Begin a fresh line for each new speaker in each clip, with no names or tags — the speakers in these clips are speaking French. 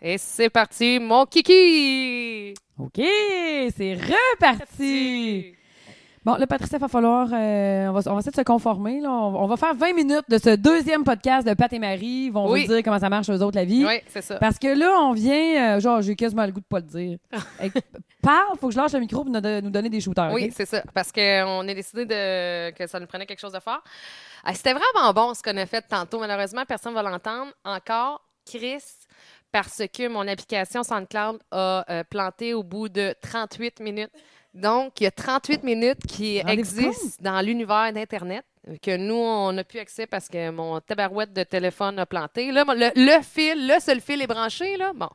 Et c'est parti, mon kiki!
OK, c'est reparti! Bon, là, Patricia, il va falloir. euh, on, va, on va essayer de se conformer. Là. On, on va faire 20 minutes de ce deuxième podcast de Pat et Marie. Ils vont
Oui.
vous dire comment ça marche, eux autres, la vie.
Oui, c'est ça.
Parce que là, on vient. euh, genre, j'ai quasiment le goût de pas le dire. Hey, parle, faut que je lâche le micro pour nous, don- nous donner des shooters.
Oui,
OK?
c'est ça. Parce qu'on a décidé de... que ça nous prenait quelque chose de fort. Ah, C'était vraiment bon ce qu'on a fait tantôt. Malheureusement, personne ne va l'entendre encore. Chris, parce que mon application SoundCloud a euh, planté au bout de 38 minutes. Donc, il y a 38 minutes qui
Rendez-vous
existent dans l'univers d'Internet que nous, on n'a plus accès parce que mon tabarouette de téléphone a planté. Là, le, le fil, le seul fil est branché. Là. Bon.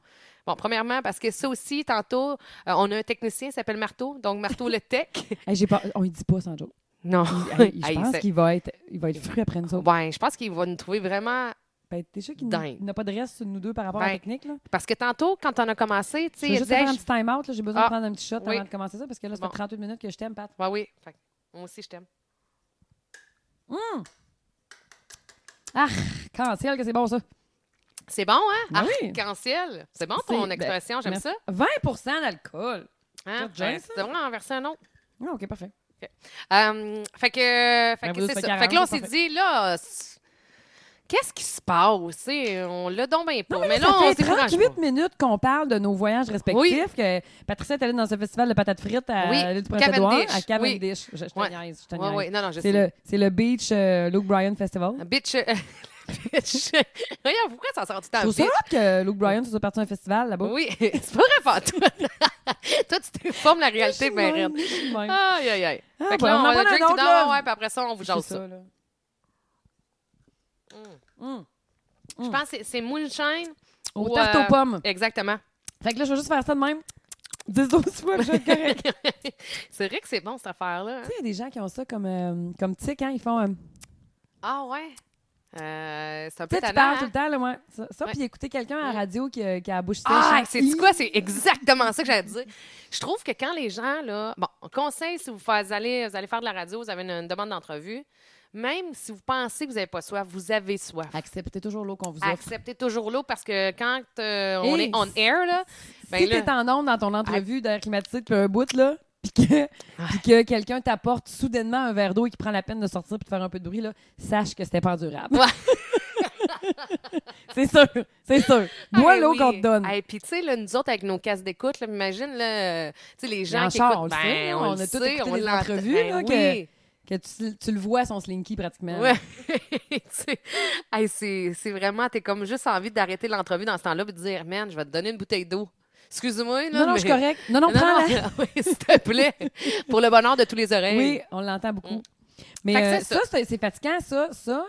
bon, premièrement, parce que ça aussi, tantôt, euh, on a un technicien qui s'appelle Marteau, donc Marteau le tech.
Hey, j'ai pas, on ne dit pas, Sanjo.
Non.
Hey, je
Hey,
pense
c'est-
qu'il va être, il va être fru après nous autres.
Ouais, je pense qu'il va nous trouver vraiment.
Ben, t'es sûr qu'il
Dingue.
n'a pas de reste sur nous deux par rapport à
Ben,
la technique? Là?
Parce que tantôt, quand on a commencé, tu
Je
sais,
vais
il
juste
disait.
faire un petit time-out. là. J'ai besoin
Ah,
de prendre un petit shot
oui.
avant de commencer ça parce que là, ça
Bon.
fait 38 minutes que je t'aime, Pat.
Ouais, oui. Fait que moi aussi, je t'aime.
Hum. Ah, quand ciel que c'est bon, ça.
C'est bon, hein?
Ben oui.
Arc-en-ciel. C'est bon
C'est-
ton
ben,
expression, j'aime
merci.
ça.
20 d'alcool.
Hein?
James,
Ouais, Tu devrais en verser un autre.
Ah, OK, parfait.
Euh, fait que, fait
Ben,
que
vous
c'est
autres,
ça.
fait
Fait que là, on
40,
s'est
ça
dit, là, c'est- qu'est-ce qui se passe? tu sais? On l'a donc bien pas.
Non, Ah, mais,
mais
là,
là,
ça
on
fait
s'est dit,
38 minutes qu'on parle de nos voyages respectifs.
Oui.
Que Patricia est allée dans ce festival de patates frites à
Oui,
l'île du Prince-Édouard, à
Cavendish, oui.
Cavendish. Je, je te
Ouais.
niaise, je te
Ouais,
niaise.
ouais, non, non, je
C'est
sais.
le, c'est le Beach euh, Luke Bryan Festival.
Bitch. euh, bitch. Voyons, pourquoi ça sort tout le
Je
temps?
trouve ça
bitch?
hot que Luke Bryan soit parti à un festival là-bas.
Oui, c'est pas vrai, pas toi. toi, tu te formes la
Je suis
réalité,
de
ben
même,
raide.
je suis de même.
Aïe, aïe, aïe.
Ah,
Fait que
ben,
là, on
on
va
en prend un
drink
autre,
tout
là.
d'abord, ouais, puis après ça, on vous Hum. jase
C'est
ça.
là. Hum.
Je pense que c'est- c'est Moonshine.
Aux
ou,
tartes aux
euh,
pommes.
Exactement.
Fait que là, je vais juste faire ça de même. 10 12 fois, je vais être correct.
C'est vrai que c'est bon, cette affaire-là. hein?
Tu sais, il y a des gens qui ont ça comme, euh, comme tic, hein? Ils font. euh,
Ah, ouais. Euh, c'est un peu
tu sais, tu
tannant.
parles
hein?
tout le temps, là, ouais. Ça, ça,
Ouais.
puis écouter quelqu'un à la
Mm.
radio qui, a- qui a la bouche sèche.
Ah,
hein.
c'est
Hi.
quoi? C'est exactement ça que j'allais dire. Je trouve que quand les gens, là, bon, on conseille si vous, faites- allez, vous allez faire de la radio, vous avez une, une demande d'entrevue, même si vous pensez que vous n'avez pas soif, vous avez soif.
Acceptez toujours l'eau qu'on vous offre.
Acceptez toujours l'eau parce que quand euh, on
Et
est on air, là, ben
si
là-
t'es en onde dans ton entrevue d'air climatisé depuis un bout, là, puis que, puis que quelqu'un t'apporte soudainement un verre d'eau et qui prend la peine de sortir puis de faire un peu de bruit, là, sache que c'était pas durable. c'est sûr, c'est sûr. Bois
Ah,
l'eau
oui.
qu'on te donne.
Ah, Et puis, tu sais, là, nous autres, avec nos casques d'écoute, là, imagine, là, euh, tu sais, les gens
en
qui
char,
écoutent,
on le
ben,
sait, là, on
le
a tous
sait,
écouté
on
des
l'entend.
entrevues,
Ben
là, que-
oui.
Que tu, tu le vois, son slinky pratiquement.
Ouais. Tu sais, hey, c'est c'est vraiment, t'es comme juste envie d'arrêter l'entrevue dans ce temps-là et de dire, man, je vais te donner une bouteille d'eau. Excuse-moi, là.
Non, non,
mais-
je suis correct. Non, non,
Non, non,
prends
oui, s'il te plaît. Pour le bonheur de tous les oreilles.
Oui, on l'entend beaucoup.
Mm.
Mais
Fait que
euh,
c'est
ça, c'est c'est fatigant, ça. Ça,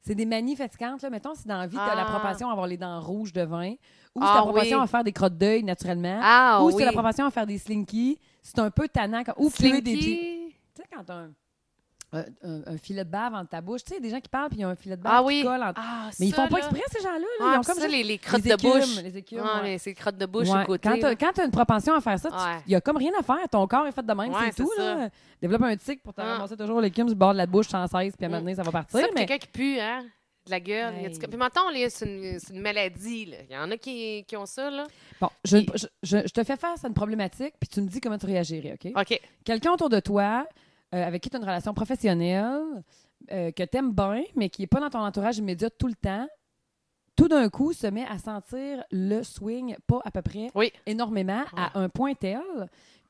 c'est des manies fatigantes. Là. Mettons, si dans la vie, t'as la
Ah.
propension à avoir les dents rouges de vin, ou si
Ah
t'as la propension
oui.
à faire des crottes d'œil naturellement,
Ah,
ou si
oui.
t'as la propension à faire des slinkies, c'est un peu tannant. Quand... Ou puer des pieds.
Slinky.
Tu sais, quand t'as un, un- un- un filet de bave entre ta bouche, tu sais, des gens qui parlent, puis ils ont un filet de bave
Ah
qui
oui.
colle entre...
Ah,
Mais ils
ça,
font pas
là.
exprès, ces gens-là. là.
Ah,
ils ont
puis
comme
ça,
juste
les, les crottes de
écumes,
bouche.
Les écumes,
Ah,
ouais.
mais c'est les crottes de bouche
Ouais.
au côté.
Quand t'as-
là.
Quand tu as une propension à faire ça, tu-
Ouais.
il y a comme rien à faire. Ton corps est fait de même,
Ouais,
c'est tout.
c'est ça.
Là. Développe un tic pour te
Ah.
ramasser toujours l'écume sur le bord de la bouche sans cesse, puis à un
Mm.
moment donné, ça va
Ça,
partir.
puis
mais...
quelqu'un qui pue, hein? De la gueule. Y a-tu-
Hey.
Puis maintenant, là, c'est une, c'est une maladie. là. Il y en a qui, qui ont ça, là.
Bon, je,
Puis-
je- je- je te fais face à une problématique, puis tu me dis comment tu réagirais, OK?
OK.
Quelqu'un autour de toi euh, avec qui tu as une relation professionnelle, euh, que tu aimes bien, mais qui n'est pas dans ton entourage immédiat tout le temps, tout d'un coup se met à sentir le swing, pas à peu près,
Oui.
énormément, à un point tel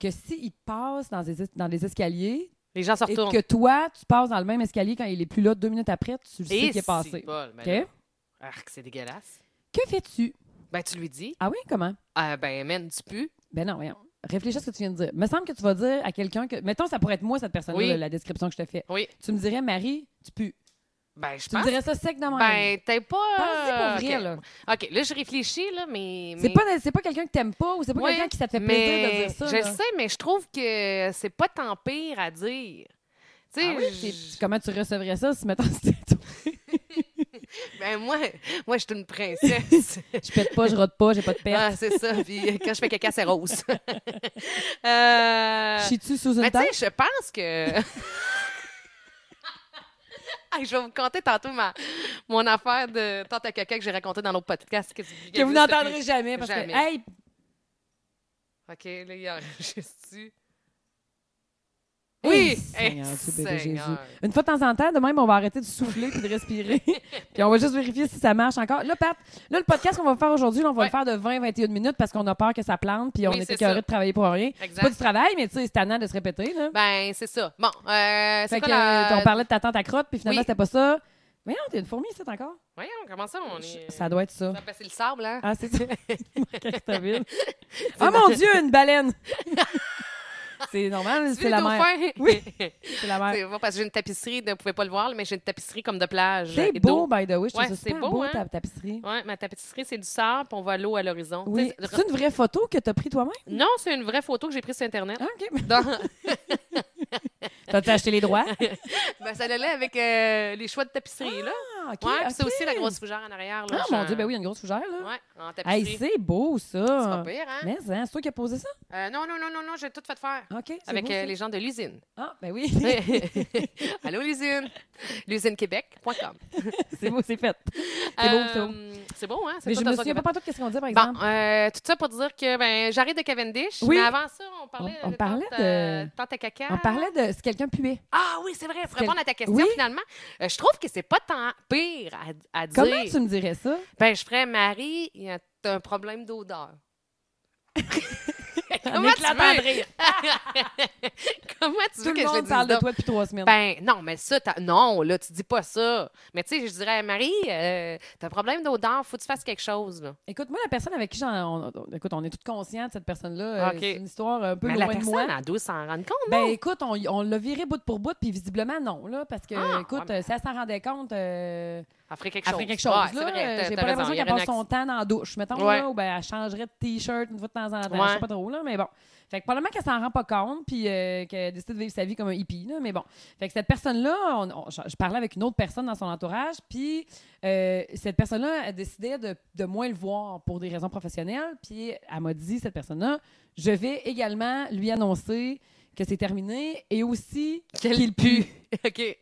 que s'il passe dans des, es- dans des escaliers,
Les gens se
et
retournent.
que toi, tu passes dans le même escalier quand il est plus là deux minutes après, tu le sais
Et
qu'il est
c'est
passé.
bol, ben
OK?
là. Arc, c'est dégueulasse.
Que fais-tu?
Ben, tu lui dis,
Ah oui, comment?
Ah, ben, man, tu pues.
Ben non, voyons. Réfléchis à ce que tu viens de dire. Me semble que tu vas dire à quelqu'un que. Mettons, ça pourrait être moi, cette personne-là,
Oui.
là, la description que je te fais.
Oui.
Tu me dirais, Marie, tu pues.
Ben, je
Tu me
pense.
dirais ça sec dans
Ben, t'es pas.
Pense-y pour vrai,
OK.
là.
OK, là, je réfléchis, là, mais.
C'est
mais-
pas, c'est pas quelqu'un que t'aimes pas ou c'est pas
Ouais,
quelqu'un qui ça te fait
mais
plaisir de dire ça.
Je
là.
le sais, mais je trouve que c'est pas tant pire à dire. Tu sais,
Ah oui?
je-
C'est- Comment tu recevrais ça si, mettons, c'était toi?
ben, moi, moi, je suis une princesse.
Je pète pas, je rote pas, j'ai pas de perte.
Ah, c'est ça. Puis euh, quand je fais caca, c'est rose. Euh,
Chis-tu sous une
Mais tu
table?
sais, je pense que. Hey, je vais vous conter tantôt ma, mon affaire de tante à caca que j'ai racontée dans l'autre podcast. Que,
Que vous n'entendrez jamais. Parce
Jamais.
que, hey,
OK, là, il enregistre.
Hey,
Oui!
Seigneur,
Hey,
Dieu, bébé
Seigneur.
Jésus. Une fois de temps en temps, de même, on va arrêter de souffler puis de respirer. puis on va juste vérifier si ça marche encore. Là, Pat, là, le podcast qu'on va faire aujourd'hui, là, on va
Ouais.
le faire de 20-21 minutes parce qu'on a peur que ça plante puis on
Oui,
était
c'est
curieux
ça.
de travailler pour rien. C'est pas
Exact.
du travail, mais tu sais, c'est tannant de se répéter. Là.
Ben, c'est ça. Bon, euh, c'est
fait
quoi
que,
la...
euh, on parlait de ta tante à crotte puis finalement,
Oui.
c'était pas ça. Mais non, t'es une fourmi, c'est encore.
Voyons, comment ça, on est...
Ça doit être ça.
Ah, ben, c'est le sable, hein?
Ah, c'est ça. oh mon Dieu, une baleine! c'est normal,
Tu
c'est
veux
la
le
mer.
dauphin?
Oui. C'est la mer.
C'est pas parce que j'ai une tapisserie, de- vous pouvez pas le voir, mais j'ai une tapisserie comme de plage.
C'est
et
beau,
d'eau.
by the way. Je trouve
Ouais,
ça
c'est
super
beau,
beau,
hein?
ta tapisserie.
Ouais, ma tapisserie, c'est du sable, puis on voit l'eau à l'horizon.
Oui.
Tu sais,
C'est une vraie photo que t'as pris toi-même?
Non, c'est une vraie photo que j'ai prise sur Internet.
Ah, OK.
Dans-
T'as acheté les droits?
ben, ça allait avec euh, les choix de tapisserie, là.
Ah, OK.
ouais, puis c'est
OK.
aussi la grosse fougère en arrière, là.
Ah,
genre-
mon Dieu, ben oui, il y a une grosse fougère, là.
Ouais, en
Hey,
tapisserie. c'est
c'est beau,
pas
ça.
pire, hein?
Mais hein, c'est toi qui as posé ça?
Euh, non, non, non, non, non, j'ai tout fait faire.
OK. c'est
Avec
beau,
euh,
ça.
les gens de l'usine.
Ah, ben oui.
Allô, l'usine. L'usinequebec.com.
c'est beau, c'est fait. C'est beau, c'est beau.
Euh, C'est beau, hein? C'est
Mais je
tout un
me
truc
souviens
de
pas partout de ce qu'on dit, par
Bon,
exemple.
euh, tout ça pour dire que ben, j'arrive de Cavendish.
Oui.
Mais avant ça, on parlait,
On- on
de
parlait
tante, euh,
de-
tante à caca.
On parlait de si quelqu'un puait.
Ah oui, c'est vrai. Pour
Parce
répondre à ta question,
Oui.
finalement, euh, je trouve que c'est pas tant pire à, à dire.
Comment tu me dirais ça?
Ben, je ferais Marie, il y a t'as un problème d'odeur. Comment
En
tu veux?
éclatant de rire.
Comment tu
Tout
veux que
le
je le
monde
dise
parle de
donc?
toi depuis trois semaines.
Ben non, mais ça, t'as- non, là, tu dis pas ça. Mais tu sais, je dirais, Marie, euh, t'as un problème d'odeur, faut que tu fasses quelque chose. Là.
Écoute, moi, la personne avec qui j'en. on- on- écoute, on est toutes conscients de cette personne-là. euh,
Ah, OK.
C'est une histoire un peu
Mais la
loin de
personne,
moi.
elle doit s'en rendre compte.
Ben écoute, on, y- on l'a viré bout pour bout, puis visiblement non, là, parce que,
Ah,
écoute,
ouais, mais-
euh, si elle s'en rendait compte, euh,
Elle ferait quelque
elle
chose.
ferait quelque chose.
Ouais, c'est vrai,
là, Euh,
t'as-
j'ai
t'as
pas
raison,
l'impression
il y
qu'elle
aurait
passe
une
son temps dans la douche, mettons,
Ouais.
là, ou ben, elle changerait de t-shirt une fois de temps en temps,
Ouais.
je sais pas trop, là, mais bon. Fait que probablement qu'elle s'en rend pas compte, puis euh, qu'elle décide de vivre sa vie comme un hippie, là, mais bon. Fait que cette personne-là, on- on- je, je parlais avec une autre personne dans son entourage, puis euh, cette personne-là, elle décidait de, de moins le voir pour des raisons professionnelles, puis elle m'a dit, cette personne-là, je vais également lui annoncer que c'est terminé, et aussi
Qu'elle
qu'il pue.
OK.
Ben,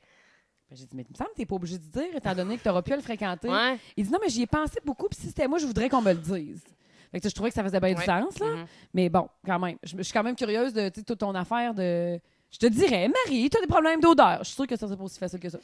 J'ai dit, mais il me semble que t'es pas obligé de dire, étant donné que t'auras pu à le fréquenter.
Ouais.
Il dit, non, mais j'y ai pensé beaucoup, puis si c'était moi, je voudrais qu'on me le dise. Fait que tu sais, je trouvais que ça faisait bien du
Ouais.
sens, là.
Mhm.
Mais bon, quand même. Je, je suis quand même curieuse de tu sais, toute ton affaire de. Je te dirais, Marie, t'as des problèmes d'odeur. Je suis sûre que ça, c'est pas aussi facile que ça.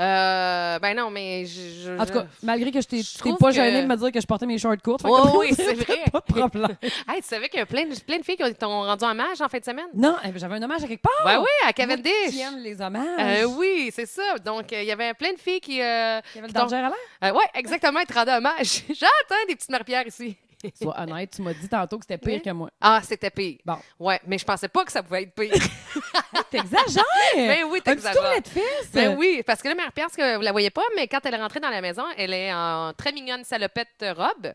Euh, ben non, mais je. je-
En tout cas, malgré que je t'ai
je
t'ai
trouve
pas
que-
gênée de me dire que je portais mes shorts courts. fait que
Oh,
comme on
oui,
dit,
c'est vrai.
Pas de problème.
Hey, tu savais qu'il y a plein de, plein de filles qui ont, t'ont rendu hommage en fin de semaine?
non, eh ben, j'avais un hommage à quelque part.
Ben oui, à
Moi
Cavendish.
qui aime les hommages.
Euh, oui, c'est ça. Donc, euh, il y avait plein de filles qui. Euh,
Il y avait le
Donc-
danger à l'air.
euh, ouais,
Ah.
exactement, ils te rendaient hommage. J'entends des petites marpières ici.
Sois honnête, tu m'as dit tantôt que c'était pire
Oui.
que moi.
Ah, c'était pire.
Bon.
Ouais, mais je pensais pas que ça pouvait être pire.
T'exagères!
ben oui,
Un petit
t'exagères.
tournet de fesses!
Ben oui, parce que là, Mère Pierre, parce que vous la voyez pas, mais quand elle est rentrée dans la maison, elle est en très mignonne salopette robe.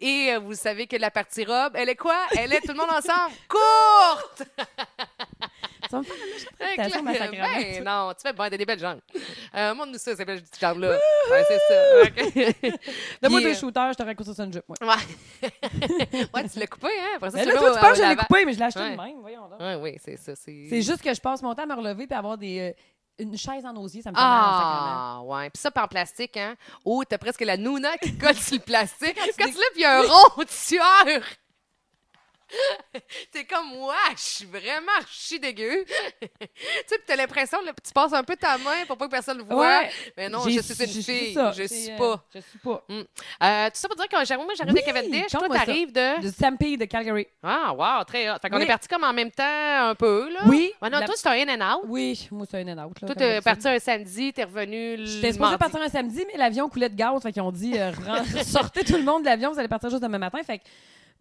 Et euh, vous savez que la partie robe, elle est quoi? Elle est tout le monde ensemble. Courte!
Ça va me faire une interprétation massacrante.
Ben non, tu fais bien, t'as des belles jambes. Euh, Montre-nous ça, ces belles petites jambes-là. Ouais, c'est ça. Ok.
Donne-moi
Puis,
deux
euh,
shooters, je te raconte ça une jupe. moi.
Ouais. ouais, tu l'as coupé, hein? Après ça,
Mais
tu
là,
l'as
toi,
au-
tu penses
au
que je l'ai
lavage.
coupé, mais je l'ai acheté
Ouais.
de même. Voyons donc.
Ouais, oui, c'est ça.
C'est juste que je passe mon temps à me relever et avoir des, euh, une chaise en osier, ça me fait mal en sacrement.
Ah, ouais. Puis ça, pas en plastique, hein? Oh, t'as presque la nouna qui te colle sur le plastique. Quand tu lèves, il y a un rond tueur! T'es comme, ouais, je suis vraiment archi dégueu. tu sais, puis t'as l'impression, là, tu passes un peu ta main pour pas que personne le voit.
Ouais.
Mais non,
J'ai-
je suis
j'ai-
une
j'ai
fille.
ça.
Je
C'est,
suis
euh,
pas.
Je suis pas.
Euh, tout ça pour dire que Jérôme, moi, j'arrive
Oui,
de Cavendish. Toi,
conte-moi ça.
t'arrives de.
De Stampede de Calgary.
Ah, wow, très hot. Fait qu'on
Oui.
est parti comme en même temps, un peu, là.
Oui.
Ouais, non,
La-
toi, c'est un in and out.
Oui, moi, c'est un and out.
Toi,
là, comme
t'es
d'habitude.
parti un samedi, t'es revenu le.
J'étais supposée
mardi.
partir un samedi, mais l'avion coulait de gaz. Fait qu'ils ont dit, euh, ren- sortez tout le monde de l'avion, vous allez partir juste demain matin. Fait que,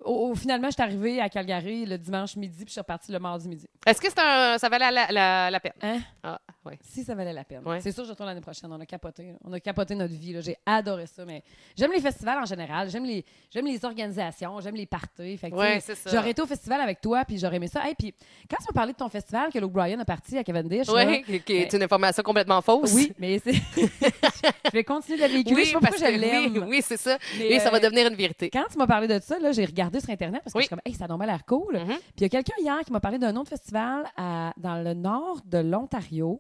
au, au- finalement, je suis arrivée à Calgary le dimanche midi, puis je suis repartie le mardi midi.
Est-ce que c'est un- ça valait la, la- la peine?
Hein?
Ah, oui.
Si ça valait la peine.
Ouais.
C'est sûr, je retourne l'année prochaine. On a capoté. là. On a capoté notre vie. là. J'ai adoré ça. Mais j'aime les festivals en général. J'aime les, j'aime les organisations. J'aime les parties. Fait que,
Ouais,
tu sais,
c'est ça.
J'aurais été au festival avec toi, puis j'aurais aimé ça. Hey, puis quand tu m'as parlé de ton festival que Luke Bryan a parti à Cavendish, là,
Oui, qui- qui est une information complètement fausse.
oui, mais c'est... je vais continuer de la véhiculer. je sais pas
parce
pourquoi je
que
l'aime.
oui, oui, c'est ça.
Mais,
Et ça va
euh,
devenir une vérité.
Quand tu m'as parlé de ça, là, j'ai regardé sur Internet parce que
Oui.
je suis comme, hey, ça a donc bien l'air cool.
Mhm.
Puis il y a quelqu'un hier qui m'a parlé d'un autre festival à- dans le nord de l'Ontario.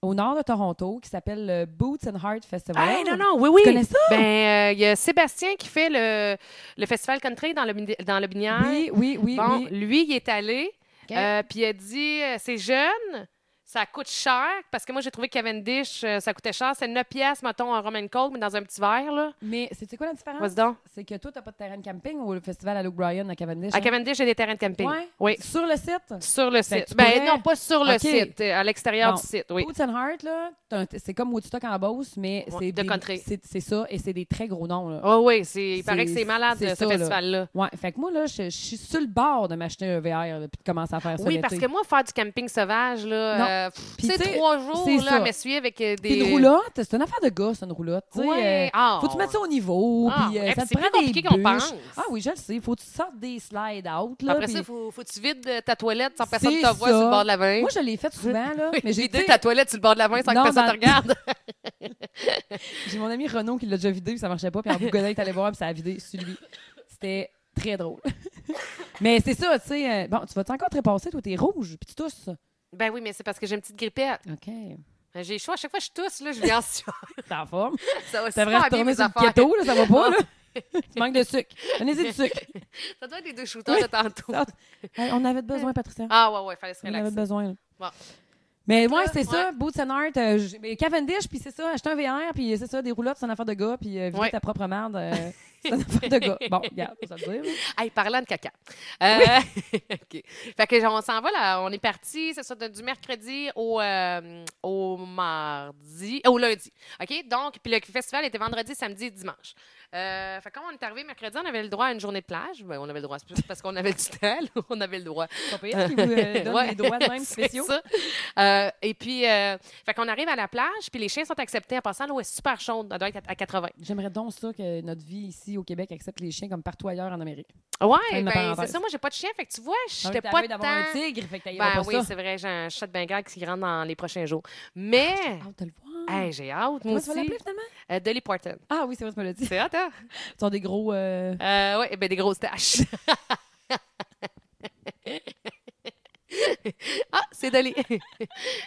au nord de Toronto qui s'appelle le Boots and Heart Festival.
Ah, non, non, oui, oui.
Tu connais ça?
Ben, euh, il y a Sébastien qui fait le, le festival country dans le, Bini- dans le Binière.
Oui, oui, oui,
bon,
oui.
lui, il est allé.
OK.
euh, puis il a dit euh, c'est jeune, ça coûte cher. Parce que moi, j'ai trouvé que Cavendish, euh, ça coûtait cher. C'est 9 pièces, mettons, un Roman Coke, mais dans un petit verre, là.
Mais c'est quoi la différence?
Vas-y donc.
C'est que toi, t'as pas de terrain de camping ou le festival à Luke Bryan à Cavendish?
À
hein?
Cavendish, j'ai des terrains de camping.
Ouais?
Oui.
Sur le site?
Sur le
Fait
site.
que tu
Ben
pourrais-
non, pas sur le
OK.
site, euh, à l'extérieur
Bon.
du site, oui.
Boots and Heart, là, t'as un t- c'est comme Woodstock en Beauce, mais
Ouais,
c'est
de
des-
country.
c'est c'est ça, et c'est des très gros noms. Là.
Ah oui, c'est- il paraît que
C'est-
c'est malade,
c'est
ce
ça, là.
festival-là.
Ouais, fait que moi, là, je je suis sur le bord de m'acheter un VR là, puis de commencer à faire ça
Oui,
l'été.
parce que moi, faire du camping sauvage,
Non.
là, euh, pff,
Puis
tu sais,
tu sais,
trois jours,
c'est
là,
ça.
à m'essuyer avec euh, des...
Puis une roulotte, c'est une affaire de gars, ça, une roulotte. tu sais,
Ouais.
euh,
Ah,
faut que tu mettes ça au niveau,
Ah,
puis euh,
ouais,
ça
puis
te
c'est
prend
plus
des
compliqué qu'on
bûches.
pense.
Ah oui, je le sais. Faut que tu sortes des slides out, là.
Après
puis-
ça, faut, faut que tu vides euh, ta toilette sans personne
C'est
te voir sur
ça.
le bord de la main.
Moi, je l'ai fait souvent, là. mais j'ai
vidé
été-
ta toilette sur le bord de la main sans
Non,
que personne
dans-
te regarde.
J'ai mon ami Renaud qui l'a déjà vidé, puis ça marchait pas. Puis en Bougonnais, il est allé voir, puis ça a vidé sur lui. C'était très drôle. mais c'est ça, tu sais. euh, Bon, tu vas-tu encore te repasser, toi? T'es rouge, puis tu tousses.
ben oui, mais c'est parce que j'ai une petite grippette.
OK.
J'ai chaud à chaque fois que je tousse, là, je viens en sueur.
T'es en forme.
Ça va
T'as vraiment
super bien,
retourné
mes
sur le
affaires.
keto, là, ça va pas, là? tu manques de sucre. Donnez-y du sucre.
Ça doit être les deux shooters de tantôt.
Ça- Hey, on avait de besoin, Patricia.
Ah ouais, ouais, fallait se
On avait
relaxer.
besoin. là.
Bon.
Mais ouais,
Là,
c'est ça,
ouais.
Boots and Art, euh, j- mais Cavendish, puis c'est ça, acheter un VR, puis c'est ça, des roulottes, c'est une affaire de gars, puis euh, vivre
Ouais.
ta propre merde, euh, c'est une affaire de gars. Bon, regarde, ça le dire. là.
Hey, parlant de caca. Euh, OK. Fait que on s'en va là, on est parti, c'est ça, de- du mercredi au, euh, au mardi, au lundi. OK? Donc, puis le festival était vendredi, samedi et dimanche. Euh, fait que quand on est arrivé mercredi, on avait le droit à une journée de plage. Ben, on avait le droit, c'est plus parce qu'on avait du temps, là, on avait le droit.
Pas pire, qui vous euh, donne
Ouais,
des droits de même
c'est
spéciaux.
ça. Euh, et puis, euh, fait qu'on arrive à la plage, puis les chiens sont acceptés. En passant, l'eau est super chaude, elle doit être à 80.
J'aimerais donc ça que notre vie ici au Québec accepte les chiens comme partout ailleurs en Amérique.
Ouais,
Fin de
ben,
Ah
c'est
parenthèse.
ça. Moi, j'ai pas de chien, fait que tu vois, j'étais
T'avais
pas
d'avoir un
tant-
tigre, fait que t'ailleras
Ben
pas
oui,
ça.
c'est vrai, j'ai un chat de Bengale qui rentre dans les prochains jours. Mais,
Ah, te le voir.
hey, j'ai hâte, moi
Comment tu vas
aussi.
l'appeler finalement?
Euh, Dolly Parton.
Ah oui, c'est vrai, tu me l'as dit.
C'est hot, hein?
Ils sont des gros... euh,
Euh, ouais, ben des grosses taches. ah, c'est Dolly.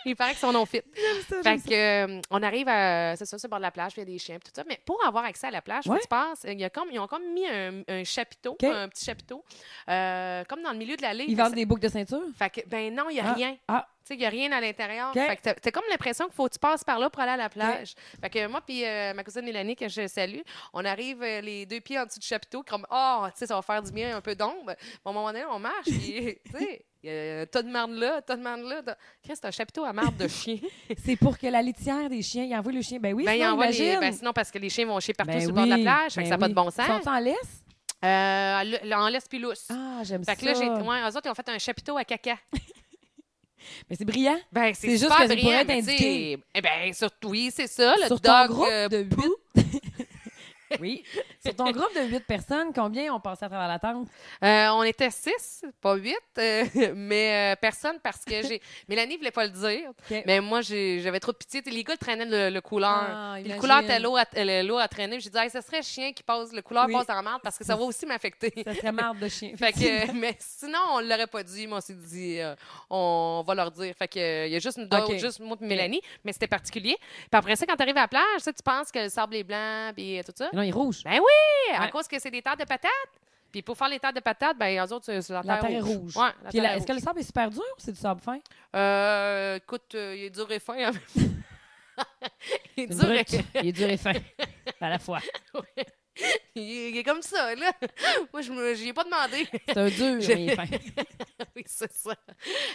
Il paraît que son nom fit.
j'aime Ah, ça,
Fait
j'aime ça.
que, euh, on arrive à, c'est ça, sur le bord de la plage, puis il y a des chiens, puis tout ça. Mais pour avoir accès à la plage, faut
Ouais.
que tu passes. Il y a comme, ils ont comme mis un, un chapiteau,
OK.
un petit chapiteau, euh, comme dans le milieu de l'allée.
Ils
Fait que
vendent des boucles de ceinture?
Fait que, ben non, il n'y a
Ah,
rien.
ah.
Tu sais, il n'y a rien à l'intérieur.
OK.
Fait que t'as- t'as comme l'impression qu'il faut que tu passes par là pour aller à la plage. Fait que moi, puis euh, ma cousine Mélanie, que je salue, on arrive euh, les deux pieds en dessous du chapiteau, comme, oh, tu sais, ça va faire du bien, un peu d'ombre. Bon, à un moment donné, on marche, puis, tu sais, il y a un tas de marde là, un tas de marde là. t'as- Chris, c'est un chapiteau à marde de chien.
C'est pour que la litière des chiens, ils envoient le chien. Ben oui,
ben, il
sinon,
envoie les-
imagine.
ben, sinon, parce que les chiens vont chier partout
Ben
sur le bord de la
oui,
plage, fait que
ben
ça n'a pas de
oui.
bon sens.
Sont-ils en laisse?
Euh, le- en laisse puis lousse.
Ah, j'aime ça.
Fait que là, j'ai, ouais, eux autres, ils ont fait un chapiteau à caca.
Mais c'est brillant.
Ben, c'est
C'est juste
super
que ça pourrait
brillant,
être
mais tu sais,
indiqué.
Eh ben, surtout, oui, c'est ça, le
Sur ton
dog
groupe
euh,
de
poo.
huit... oui. Sur ton groupe de huit personnes, combien ont passé à travers la tente?
Euh, on était six, pas huit, euh, mais euh, personne parce que j'ai. Mélanie voulait pas le dire,
OK.
mais moi j'ai- j'avais trop de pitié. Tu sais, Les gars traînaient le, le couleur.
Ah,
Puis le
imagine.
couleur était l'eau à, euh, l'eau à traîner. J'ai dit, Hey, ce serait chien qui passe, le couleur
Oui.
passe en marde parce que ça va aussi m'affecter.
Ça serait marre de chien.
Fait que, euh, mais sinon, on l'aurait pas dit, mais on s'est dit, euh, on va leur dire. Fait que, euh, il y a juste nous d'autres,
Ok.
juste moi et Mélanie, mais c'était particulier. Puis après ça, quand tu arrives à la plage, tu sais, tu penses que le sable est blanc, puis euh, tout ça.
Non, il est rouge.
Ben oui, à
Ouais.
cause que c'est des terres de patates. Puis pour faire les terres de patates, ben, eux autres, c'est c'est la,
La terre est rouge.
Ouais, la
Puis
terre
la-
est
est-ce que
rouge.
le sable est super dur ou c'est du sable fin?
Euh, écoute, euh, il est dur et fin. hein. il est
C'est une
dur et
brique. Il est dur et fin à la fois.
il, est- il est comme ça, là. Moi, je me- j'y ai pas demandé.
C'est un dur, mais il est fin.
oui, c'est ça.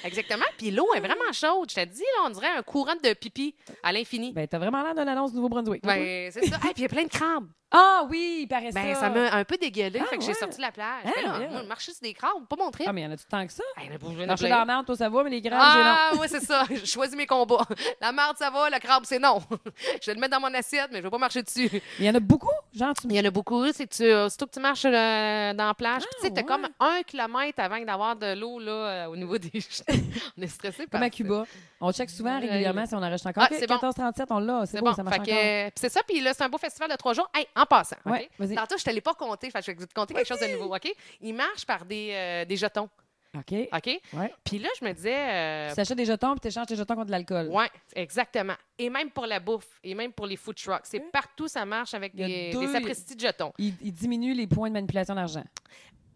Exactement. Puis l'eau est vraiment chaude. Je te dis, là, on dirait un courant de pipi à l'infini.
Ben, t'as vraiment l'air d'une annonce du Nouveau-Brunswick.
Ben, c'est ça. Ah, puis il y a plein de crabes.
Ah oui, il paraît
Ben, ça m'a un peu dégueulé.
Ah,
fait que j'ai
ouais.
sorti de la plage.
Ah,
Ben non,
ouais.
moi, marcher sur des crabes, pas mon trip.
Ah, mais il y en a-tu tant que ça?
Ben, il y en a pas- il y en a
Marcher
plein.
dans la merde, toi, ça va, mais les grandes, c'est non.
Ah, oui, c'est ça. Je choisis mes combats. La marde, ça va. Le crabe, c'est non. Je vais le mettre dans mon assiette, mais je vais pas marcher dessus.
Mais il y en a beaucoup, genre, tu
Il y en a beaucoup. C'est que tu, surtout que tu marches euh, dans la plage. Puis, tu sais, t'as
ouais.
comme un kilomètre avant d'avoir de l'eau là, euh, au niveau des genoux. On est stressé par
Comme
ça.
à Cuba. On check souvent
Ouais.
régulièrement si on en reste encore.
Ah, c'est bon.
1437, on l'a. C'est
C'est bon.
bon, ça
Fait
marche
que,
encore.
euh, puis c'est ça. Puis là, c'est un beau festival de trois jours. Hey, en passant. OK?
Ouais, vas-y.
Tantôt, je ne te l'ai pas compté. Fait que je vais te conter quelque chose de nouveau. OK? Il marche par des, euh, des jetons.
OK.
OK?
Ouais.
Puis là, je me disais. euh,
Tu t'achètes des jetons puis tu échanges tes jetons contre de l'alcool.
ouais, exactement. Et même pour la bouffe, et même pour les food trucks. C'est partout, ça marche avec
Il y a
des,
deux-
des sapristis de jetons.
Il, il diminue les points de manipulation d'argent.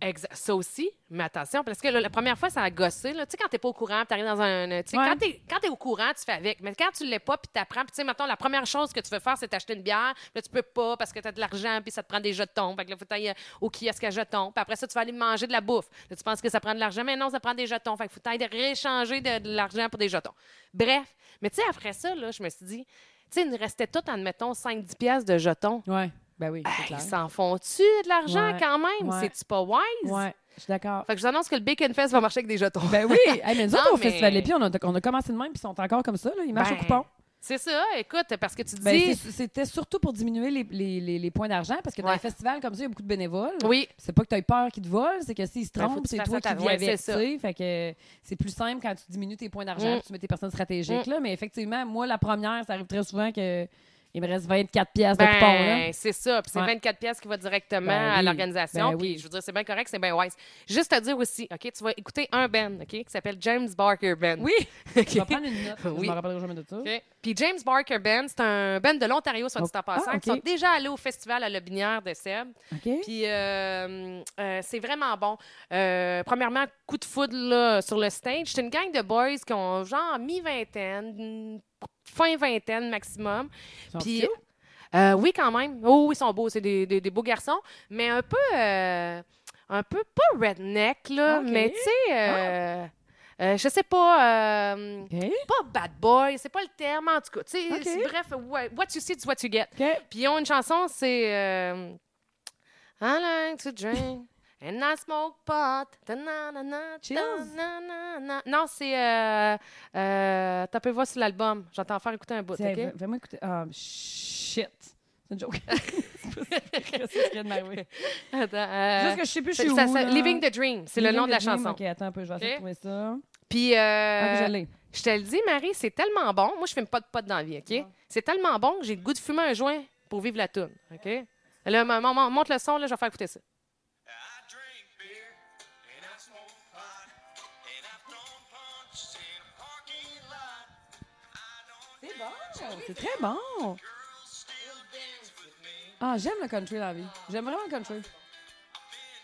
Exact. Ça aussi, mais attention, parce que là, la première fois, ça a gossé. là. Tu sais, quand t'es pas au courant, t'arrives dans un. Tu sais,
Ouais.
quand t'es- quand t'es au courant, tu fais avec. Mais quand tu l'es pas, puis t'apprends, puis tu sais, maintenant, la première chose que tu veux faire, c'est t'acheter une bière. Là, tu peux pas parce que t'as de l'argent, puis ça te prend des jetons. Fait que là, faut que t'ailles euh, au kiosque à jetons. Puis après ça, tu vas aller manger de la bouffe. Là, tu penses que ça prend de l'argent, mais non, ça prend des jetons. Fait que faut que t'ailles rééchanger de, de l'argent pour des jetons. Bref. Mais tu sais, après ça, là, je me suis dit, tu sais, il nous restait tout, admettons, 5-10 piastres de jetons.
Ouais. Ben oui, c'est
Hey,
clair.
ils s'en font-tu de l'argent
Ouais.
quand même?
Ouais.
C'est-tu pas wise?
Ouais, je suis d'accord.
Fait que je vous annonce que le Bacon Fest va marcher avec des jetons.
Ben oui, Hey, mais nous autres,
Non,
au Festival
mais-
Lépi, on a, on a commencé de même, puis ils sont encore comme ça, là. ils marchent au
Ben,
coupon.
C'est ça, écoute, parce que tu te
Ben,
dis.
c'est- c'était surtout pour diminuer les, les- les- les points d'argent, parce que dans
Ouais.
les festivals comme ça, il y a beaucoup de bénévoles.
oui,
C'est pas que tu aies peur qu'ils te volent, c'est que s'ils se
Ben, faut
trompent,
que tu
c'est
fasses
toi qui
atta-
vis
ouais,
avec.
c'est
tu sais. Fait que c'est plus simple quand tu diminues tes points d'argent,
Mm.
puis tu mets tes personnes stratégiques. Là, mais effectivement, moi, la première, ça arrive très souvent que il me reste 24 pièces de coupon. Là.
ben, c'est ça. Puis c'est
Ouais.
24 pièces qui va directement
Ben
à
oui,
l'organisation.
ben
Puis
oui.
je veux dire, c'est bien correct, c'est bien wise. Juste à dire aussi, OK, tu vas écouter un band, OK, qui s'appelle James Barker Band.
Oui.
OK.
Je vais prendre une note.
Oui.
Je me rappellerai jamais de ça.
OK. Puis James Barker Band, c'est un band de l'Ontario, soit dit
Oh.
en passant,
Ah,
qui
OK.
sont déjà allés au festival à Lobinière de Seb.
OK.
Puis euh, euh, c'est vraiment bon. Euh, premièrement, coup de foudre là, sur le stage. C'est une gang de boys qui ont genre mi-vingtaine, fin vingtaine maximum.
Ils sont
Puis
cute.
euh, oui, quand même. Oh, oui, ils sont beaux. C'est des, des- des beaux garçons, mais un peu, euh, un peu pas redneck là,
Ok. Ah.
mais tu sais. euh, euh, je sais pas, euh,
OK.
pas bad boy, c'est pas le terme en tout cas. tu sais,
Ok.
c'est- Bref, ouais, what you see is what you get.
OK.
Puis ils ont une chanson, c'est euh, I like to drink and I smoke pot. Ta na na na, ta
Chills.
na na na. Non, c'est euh, euh, tapez voir sur l'album. J'entends faire écouter un bout.
Tiens,
ok?
va- Vraiment écouter. Ah, shit. C'est une joke. Qu'est-ce qui vient de m'arriver?
Attends, euh,
Juste que je sais plus
ça-
chez où.
ça- ça-
là.
Living the Dream, c'est le
Living
nom de
the
la
Dream.
chanson.
OK, attends un peu, je vais essayer de
OK.
trouver ça.
Puis
Ah,
euh,
je l'ai.
je te le dis, Marie, c'est tellement bon. Moi, je fume pas de pot dans la vie, OK?
Non.
C'est tellement bon que j'ai le goût de fumer un joint pour vivre la toune, OK? Là, mon- mon- monte le son, là, je vais faire écouter ça.
I drink beer and I smoke pot and I've thrown punches in a parking lot.
C'est
I don't need
bon, Oh, c'est très bon.
girls still dance with me.
Ah, j'aime le country dans la vie. J'aime vraiment le country.
Been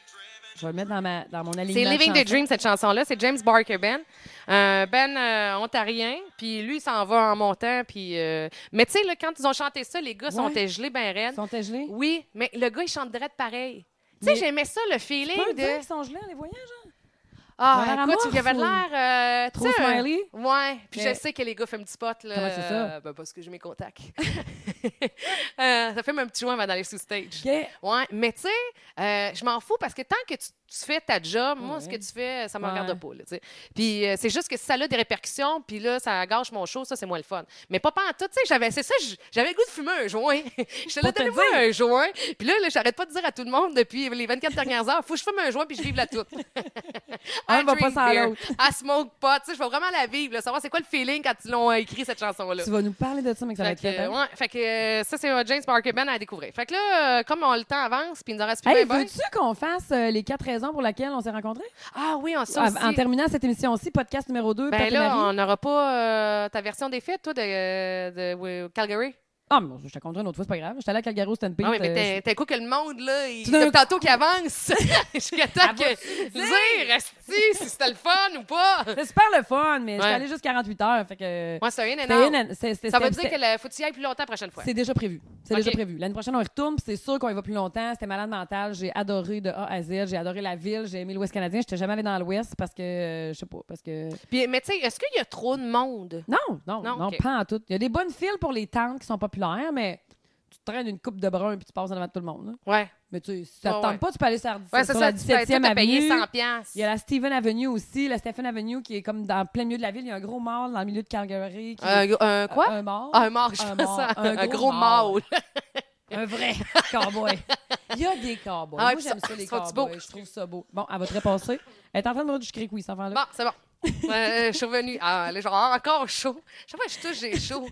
driving
Je vais le mettre dans, ma, dans mon alignement.
C'est
de
Living the
chansons.
Dream, cette chanson-là. C'est James Barker Ben. Euh, ben euh, ontarien. Puis lui, il s'en va en montant. Puis, euh, Mais tu sais, là, quand ils ont chanté ça, les gars sont
Ouais.
gelés ben raides.
Sont-elles gelées?
Oui, mais le gars, il chante direct pareil. Tu sais,
Mais-
j'aimais ça, le feeling
Pas dire
de...
qu'ils sont gelés en les voyant, genre. Ils ont
Ah,
l'air
écoute, il avait de
amorphes
l'air... euh, tu
Trop
sais, un-
smiley.
Ouais, puis
Mais-
je sais que les gars fument du pot, là.
Comment c'est ça?
euh, ben, parce que j'ai mes contacts. Euh, ça fait même un petit joint avant d'aller sous stage.
OK.
Ouais, mais tu sais, euh, je m'en fous parce que tant que tu, tu fais ta job, moi,
Ouais.
ce que tu fais, ça me
Ouais.
regarde pas. Là, tu sais. puis euh, c'est juste que si ça a des répercussions, puis là, ça gâche mon show, ça, c'est moins le fun. Mais pas en tout, tu sais, j'avais, c'est ça, j- j'avais le goût de fumer un joint. J'étais là,
Pour te
donnez-moi un joint. Puis là, là, j'arrête pas de dire à tout le monde depuis les 24 dernières heures, faut que je fume un joint, puis je vive la toute.
Un
I
va pas
drink
sans
beer.
l'autre.
I smoke pot. Tu sais, je vais vraiment la vivre, là, savoir c'est quoi le feeling quand ils l'ont euh, écrit, cette chanson-là.
Tu vas nous parler de ça, mais que ça va
Fait
être
que,
fait.
euh,
hein?
ouais, fait que euh, ça, c'est euh, James Parker Ben à découvrir. Fait que là, euh, comme on, le temps avance, puis il nous en reste plus
Hey,
ben, ben,
veux-tu qu'on fasse euh, les quatre raisons pour lesquelles on s'est rencontrés?
Ah oui, on ça
Ah,
aussi.
En terminant cette émission-ci, podcast numéro 2,
Ben
Pat et
là,
Marie.
on n'aura pas euh, ta version des fêtes, toi, de, de- oui, Calgary.
Ah, mais bon, je te raconterai une autre fois, c'est pas grave. J'étais allée à Calgary au Stand
Ah oui, mais
euh,
t'es- t'es quoi que le monde, là, il
Tout d'un Ah,
comme tantôt qui avance jusqu'à temps que... Dire, esti, si c'était le fun ou pas.
je- C'était super le fun, mais j'étais
Ouais.
allée juste 48 heures. Fait que...
Moi, c'est un
c'était
énorme.
une- c'est- c'était-
Ça veut
c'était-
dire que le, faut que tu y ailles plus longtemps la prochaine fois.
C'est déjà prévu. C'est
OK.
déjà prévu. L'année prochaine, on y retourne. puis C'est sûr qu'on y va plus longtemps. C'était malade mental. J'ai adoré de A à Z. J'ai adoré la ville. J'ai aimé l'Ouest canadien. J'étais jamais allée dans l'Ouest parce que, euh, je sais pas, parce que...
Puis, mais tu sais, est-ce qu'il y a trop de monde?
Non, non, non,
Non, OK.
pas en tout. Il y a des bonnes files pour les tentes qui sont populaires, mais tu te traînes une coupe de brun puis tu passes en avant de tout le monde. là.
Ouais.
Mais tu sais, si ça
Ouais,
te tente
ouais.
pas, tu peux aller sur, la dix-
Ouais, c'est
sur
ça,
la
tu fais
17e
tout à payer
avenue.
100 piastres.
Il y a la Stephen Avenue aussi, la Stephen Avenue qui est comme dans plein milieu de la ville. Il y a un gros mall dans le milieu de Calgary. Qui
Un, un Euh, quoi?
Un mall.
Ah, un mort, je
Un
pense.
mort,
ça.
un
Un,
gros
gros
mort.
mort.
Un vrai cowboy. Il y a des cowboys.
Ah ouais,
Moi,
puis
j'aime
ça-
ça, les
sont-ils
cowboys.
beaux?
Je trouve ça beau. Bon, elle va te repasser. Elle est en train de me dire du cric, oui, ça va là.
Bon, Ah, c'est bon. Ouais, je suis revenue. Ah, là, genre, ah, encore chaud. Chaque fois que je touche, j'ai chaud.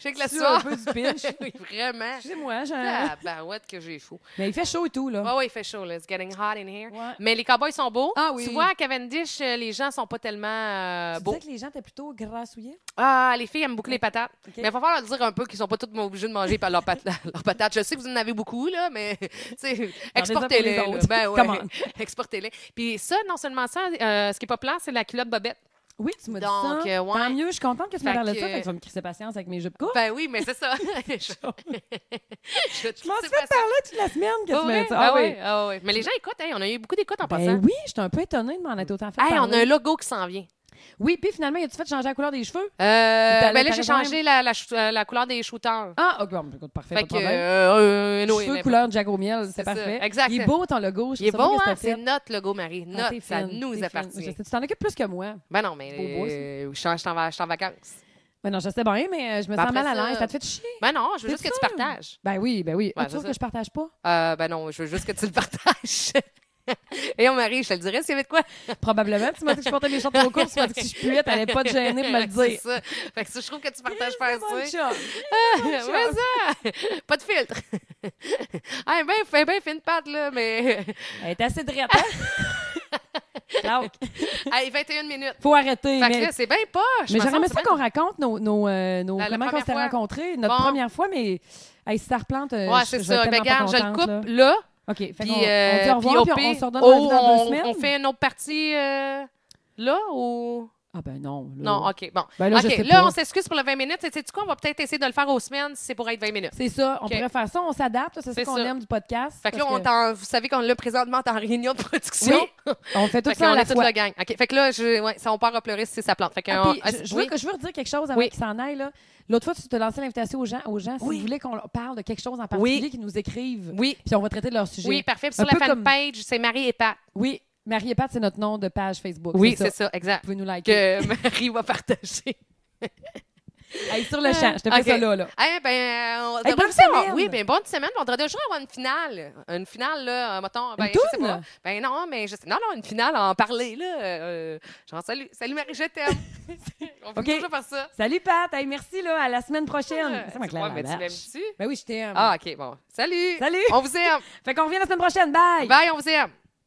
J'ai que la
Tu as un
soir.
peu du pinch.
oui, vraiment.
Excusez-moi, j'ai un-
La barouette que j'ai chaud.
Mais il fait chaud et tout, là.
Ah oui, il fait chaud, là. It's getting hot in here.
Ouais.
Mais les cowboys sont beaux.
Ah oui.
Tu vois, à Cavendish, euh, les gens sont pas tellement euh,
tu
beaux.
disais que les gens étaient plutôt grassouillés?
Ah, les filles aiment beaucoup les patates.
Ok.
Mais il va falloir leur dire un peu qu'ils sont pas toutes obligées de manger par leurs pat- leurs patates. Je sais que vous en avez beaucoup, là, mais tu sais, exportez-les.
pour les
là.
autres.
Ben ouais,
Come
exportez-les. Puis ça, non seulement ça, euh, ce qui est pas plat, c'est la culotte bobette.
Oui, tu m'as dit ça.
Donc, euh, ouais.
Tant mieux, je suis contente que tu me
Fait
parles de
que-
ça. Fait que tu vas me crisser patience avec mes jupes courtes.
Ben oui, mais c'est ça. je je,
Je m'en suis fait parler toute la semaine que tu m'as dit ça.
ah oui, ah oui. Mais les gens écoutent, hein, on a eu beaucoup d'écoutes en
Ben
passant.
oui, j'étais un peu étonnée de m'en être autant fait
Hey, on
parler.
a un logo qui s'en vient.
Oui, puis finalement, as-tu fait changer la couleur des cheveux?
Euh, ben
T'as- t'as
là, j'ai
raison,
changé la, la, chou- euh, la couleur des shooters.
Ah, ok, bon, écoute, parfait,
Fait
pas de
que,
problème.
euh, euh, anyway,
Cheveux
mais-
couleur Jack au miel, c'est
C'est ça,
parfait.
exact.
Il est beau ton logo. je
Il est
sais pas
bon,
qu'est-ce
hein?
que t'as
C'est
fait.
notre logo, Marie.
Ah,
Notre,
t'es
ça
fine, t'es
nous
fine.
appartient.
Je sais, tu t'en occupes plus que moi.
Ben non, mais
beau, beau, ça.
euh, je suis en- je suis en va- je suis en vacances.
Mais non, je sais bien, mais euh, je me
Ben
sens
après
mal
ça-
à l'aise. Ça te fait chier?
Ben non, je veux
T'es
juste que tu
fine.
partages.
Ben oui, ben oui. Ah,
Ouais,
tu
c'est
trouves
ça.
que je partage pas?
Euh, ben non, je veux juste que tu le partages. Et Marie, je te le dirais s'il y avait de quoi.
Probablement. Tu m'as dit que je portais mes shorts trop courts. Tu m'as dit que si je puais, t'allais pas te gêner de me le
C'est
dire.
ça. Fait que ça, je trouve que tu partages pas
Bonne
assez.
chance.
Ouais, ça. Pas de filtre. Ah, ben, fait ben, fine patte, là, mais.
Elle est assez drette, hein? Donc,
Allez, 21 minutes.
faut arrêter.
Fait que
mais
là, c'est bien poche.
mais
me
j'aurais aimé
semble,
ça
c'est
qu'on raconte nos, nos, euh, nos-
La- la
comment on
première
s'était
fois.
rencontrés, notre
Bon.
première fois, mais hey, si ça replante, euh,
bien- Ouais,
je-
c'est
je
ça.
vais
Ben,
tellement pas
regarde, je le
contente,
coupe
là.
là.
OK, fait
Puis,
qu'on- on,
euh,
dit au revoir,
puis
puis
au
on, on
pire,
se redonne
oh,
rendez-vous dans deux
on-
semaines.
On fait une autre partie euh, là ou.
Ah ben non. là.
Non, OK, bon.
Ben là,
OK,
je sais
là,
pas.
on s'excuse pour le 20 minutes. Tu sais quoi? On va peut-être essayer de le faire aux semaines si c'est pour être 20 minutes.
C'est ça, on
OK.
pourrait faire ça, on s'adapte, c'est ce
C'est
qu'on
ça.
aime du podcast.
Fait que là, on
parce
t'en- vous savez qu'on l'a présentement en réunion de production.
on fait tout
Fait
ça
qu'on
à la
est toute
fois.
la gang. OK, fait que là, je, ouais, ça, on part à pleurer si ça plante. Fait que
Ah,
on-
puis,
ah,
je, je
oui.
veux, je veux redire quelque chose avant
Oui.
qu'ils s'en aillent. là. L'autre fois, tu te lançais l'invitation aux gens, aux gens si
Oui.
vous voulez qu'on leur parle de quelque chose en particulier, qu'ils nous écrivent.
oui.
Puis on va traiter de leur sujet.
Oui, parfait. Puis
Un
sur la
peu comme-
fanpage, c'est Marie et Pat.
Oui, Marie et Pat, c'est notre nom de page Facebook.
Oui, c'est ça. exact.
Vous pouvez nous liker.
Que Marie va partager.
Hey, sur le champ, je te fais
OK.
ça là. là.
Eh ben, on
Hey,
devrait
bonne
le savoir.
semaine!
Oui, ben bonne semaine. On devrait toujours avoir une finale. Une finale, là, euh, mettons. Ben,
Une
je sais
toune?
pas. Ben non, mais je sais. Non, non, une finale à en parler, là. Euh, genre, salut, salut Marie, je t'aime. on peut
OK.
toujours faire ça.
Salut Pat, Hey, merci là, à la semaine prochaine.
Euh,
C'est moi,
tu
Claire
vois, mais tu
Lamarche.
l'aimes-tu?
Ben oui, je t'aime.
Ah, OK, bon. Salut.
Salut.
On vous aime.
Fait qu'on revient la semaine prochaine. Bye.
Bye, on vous aime.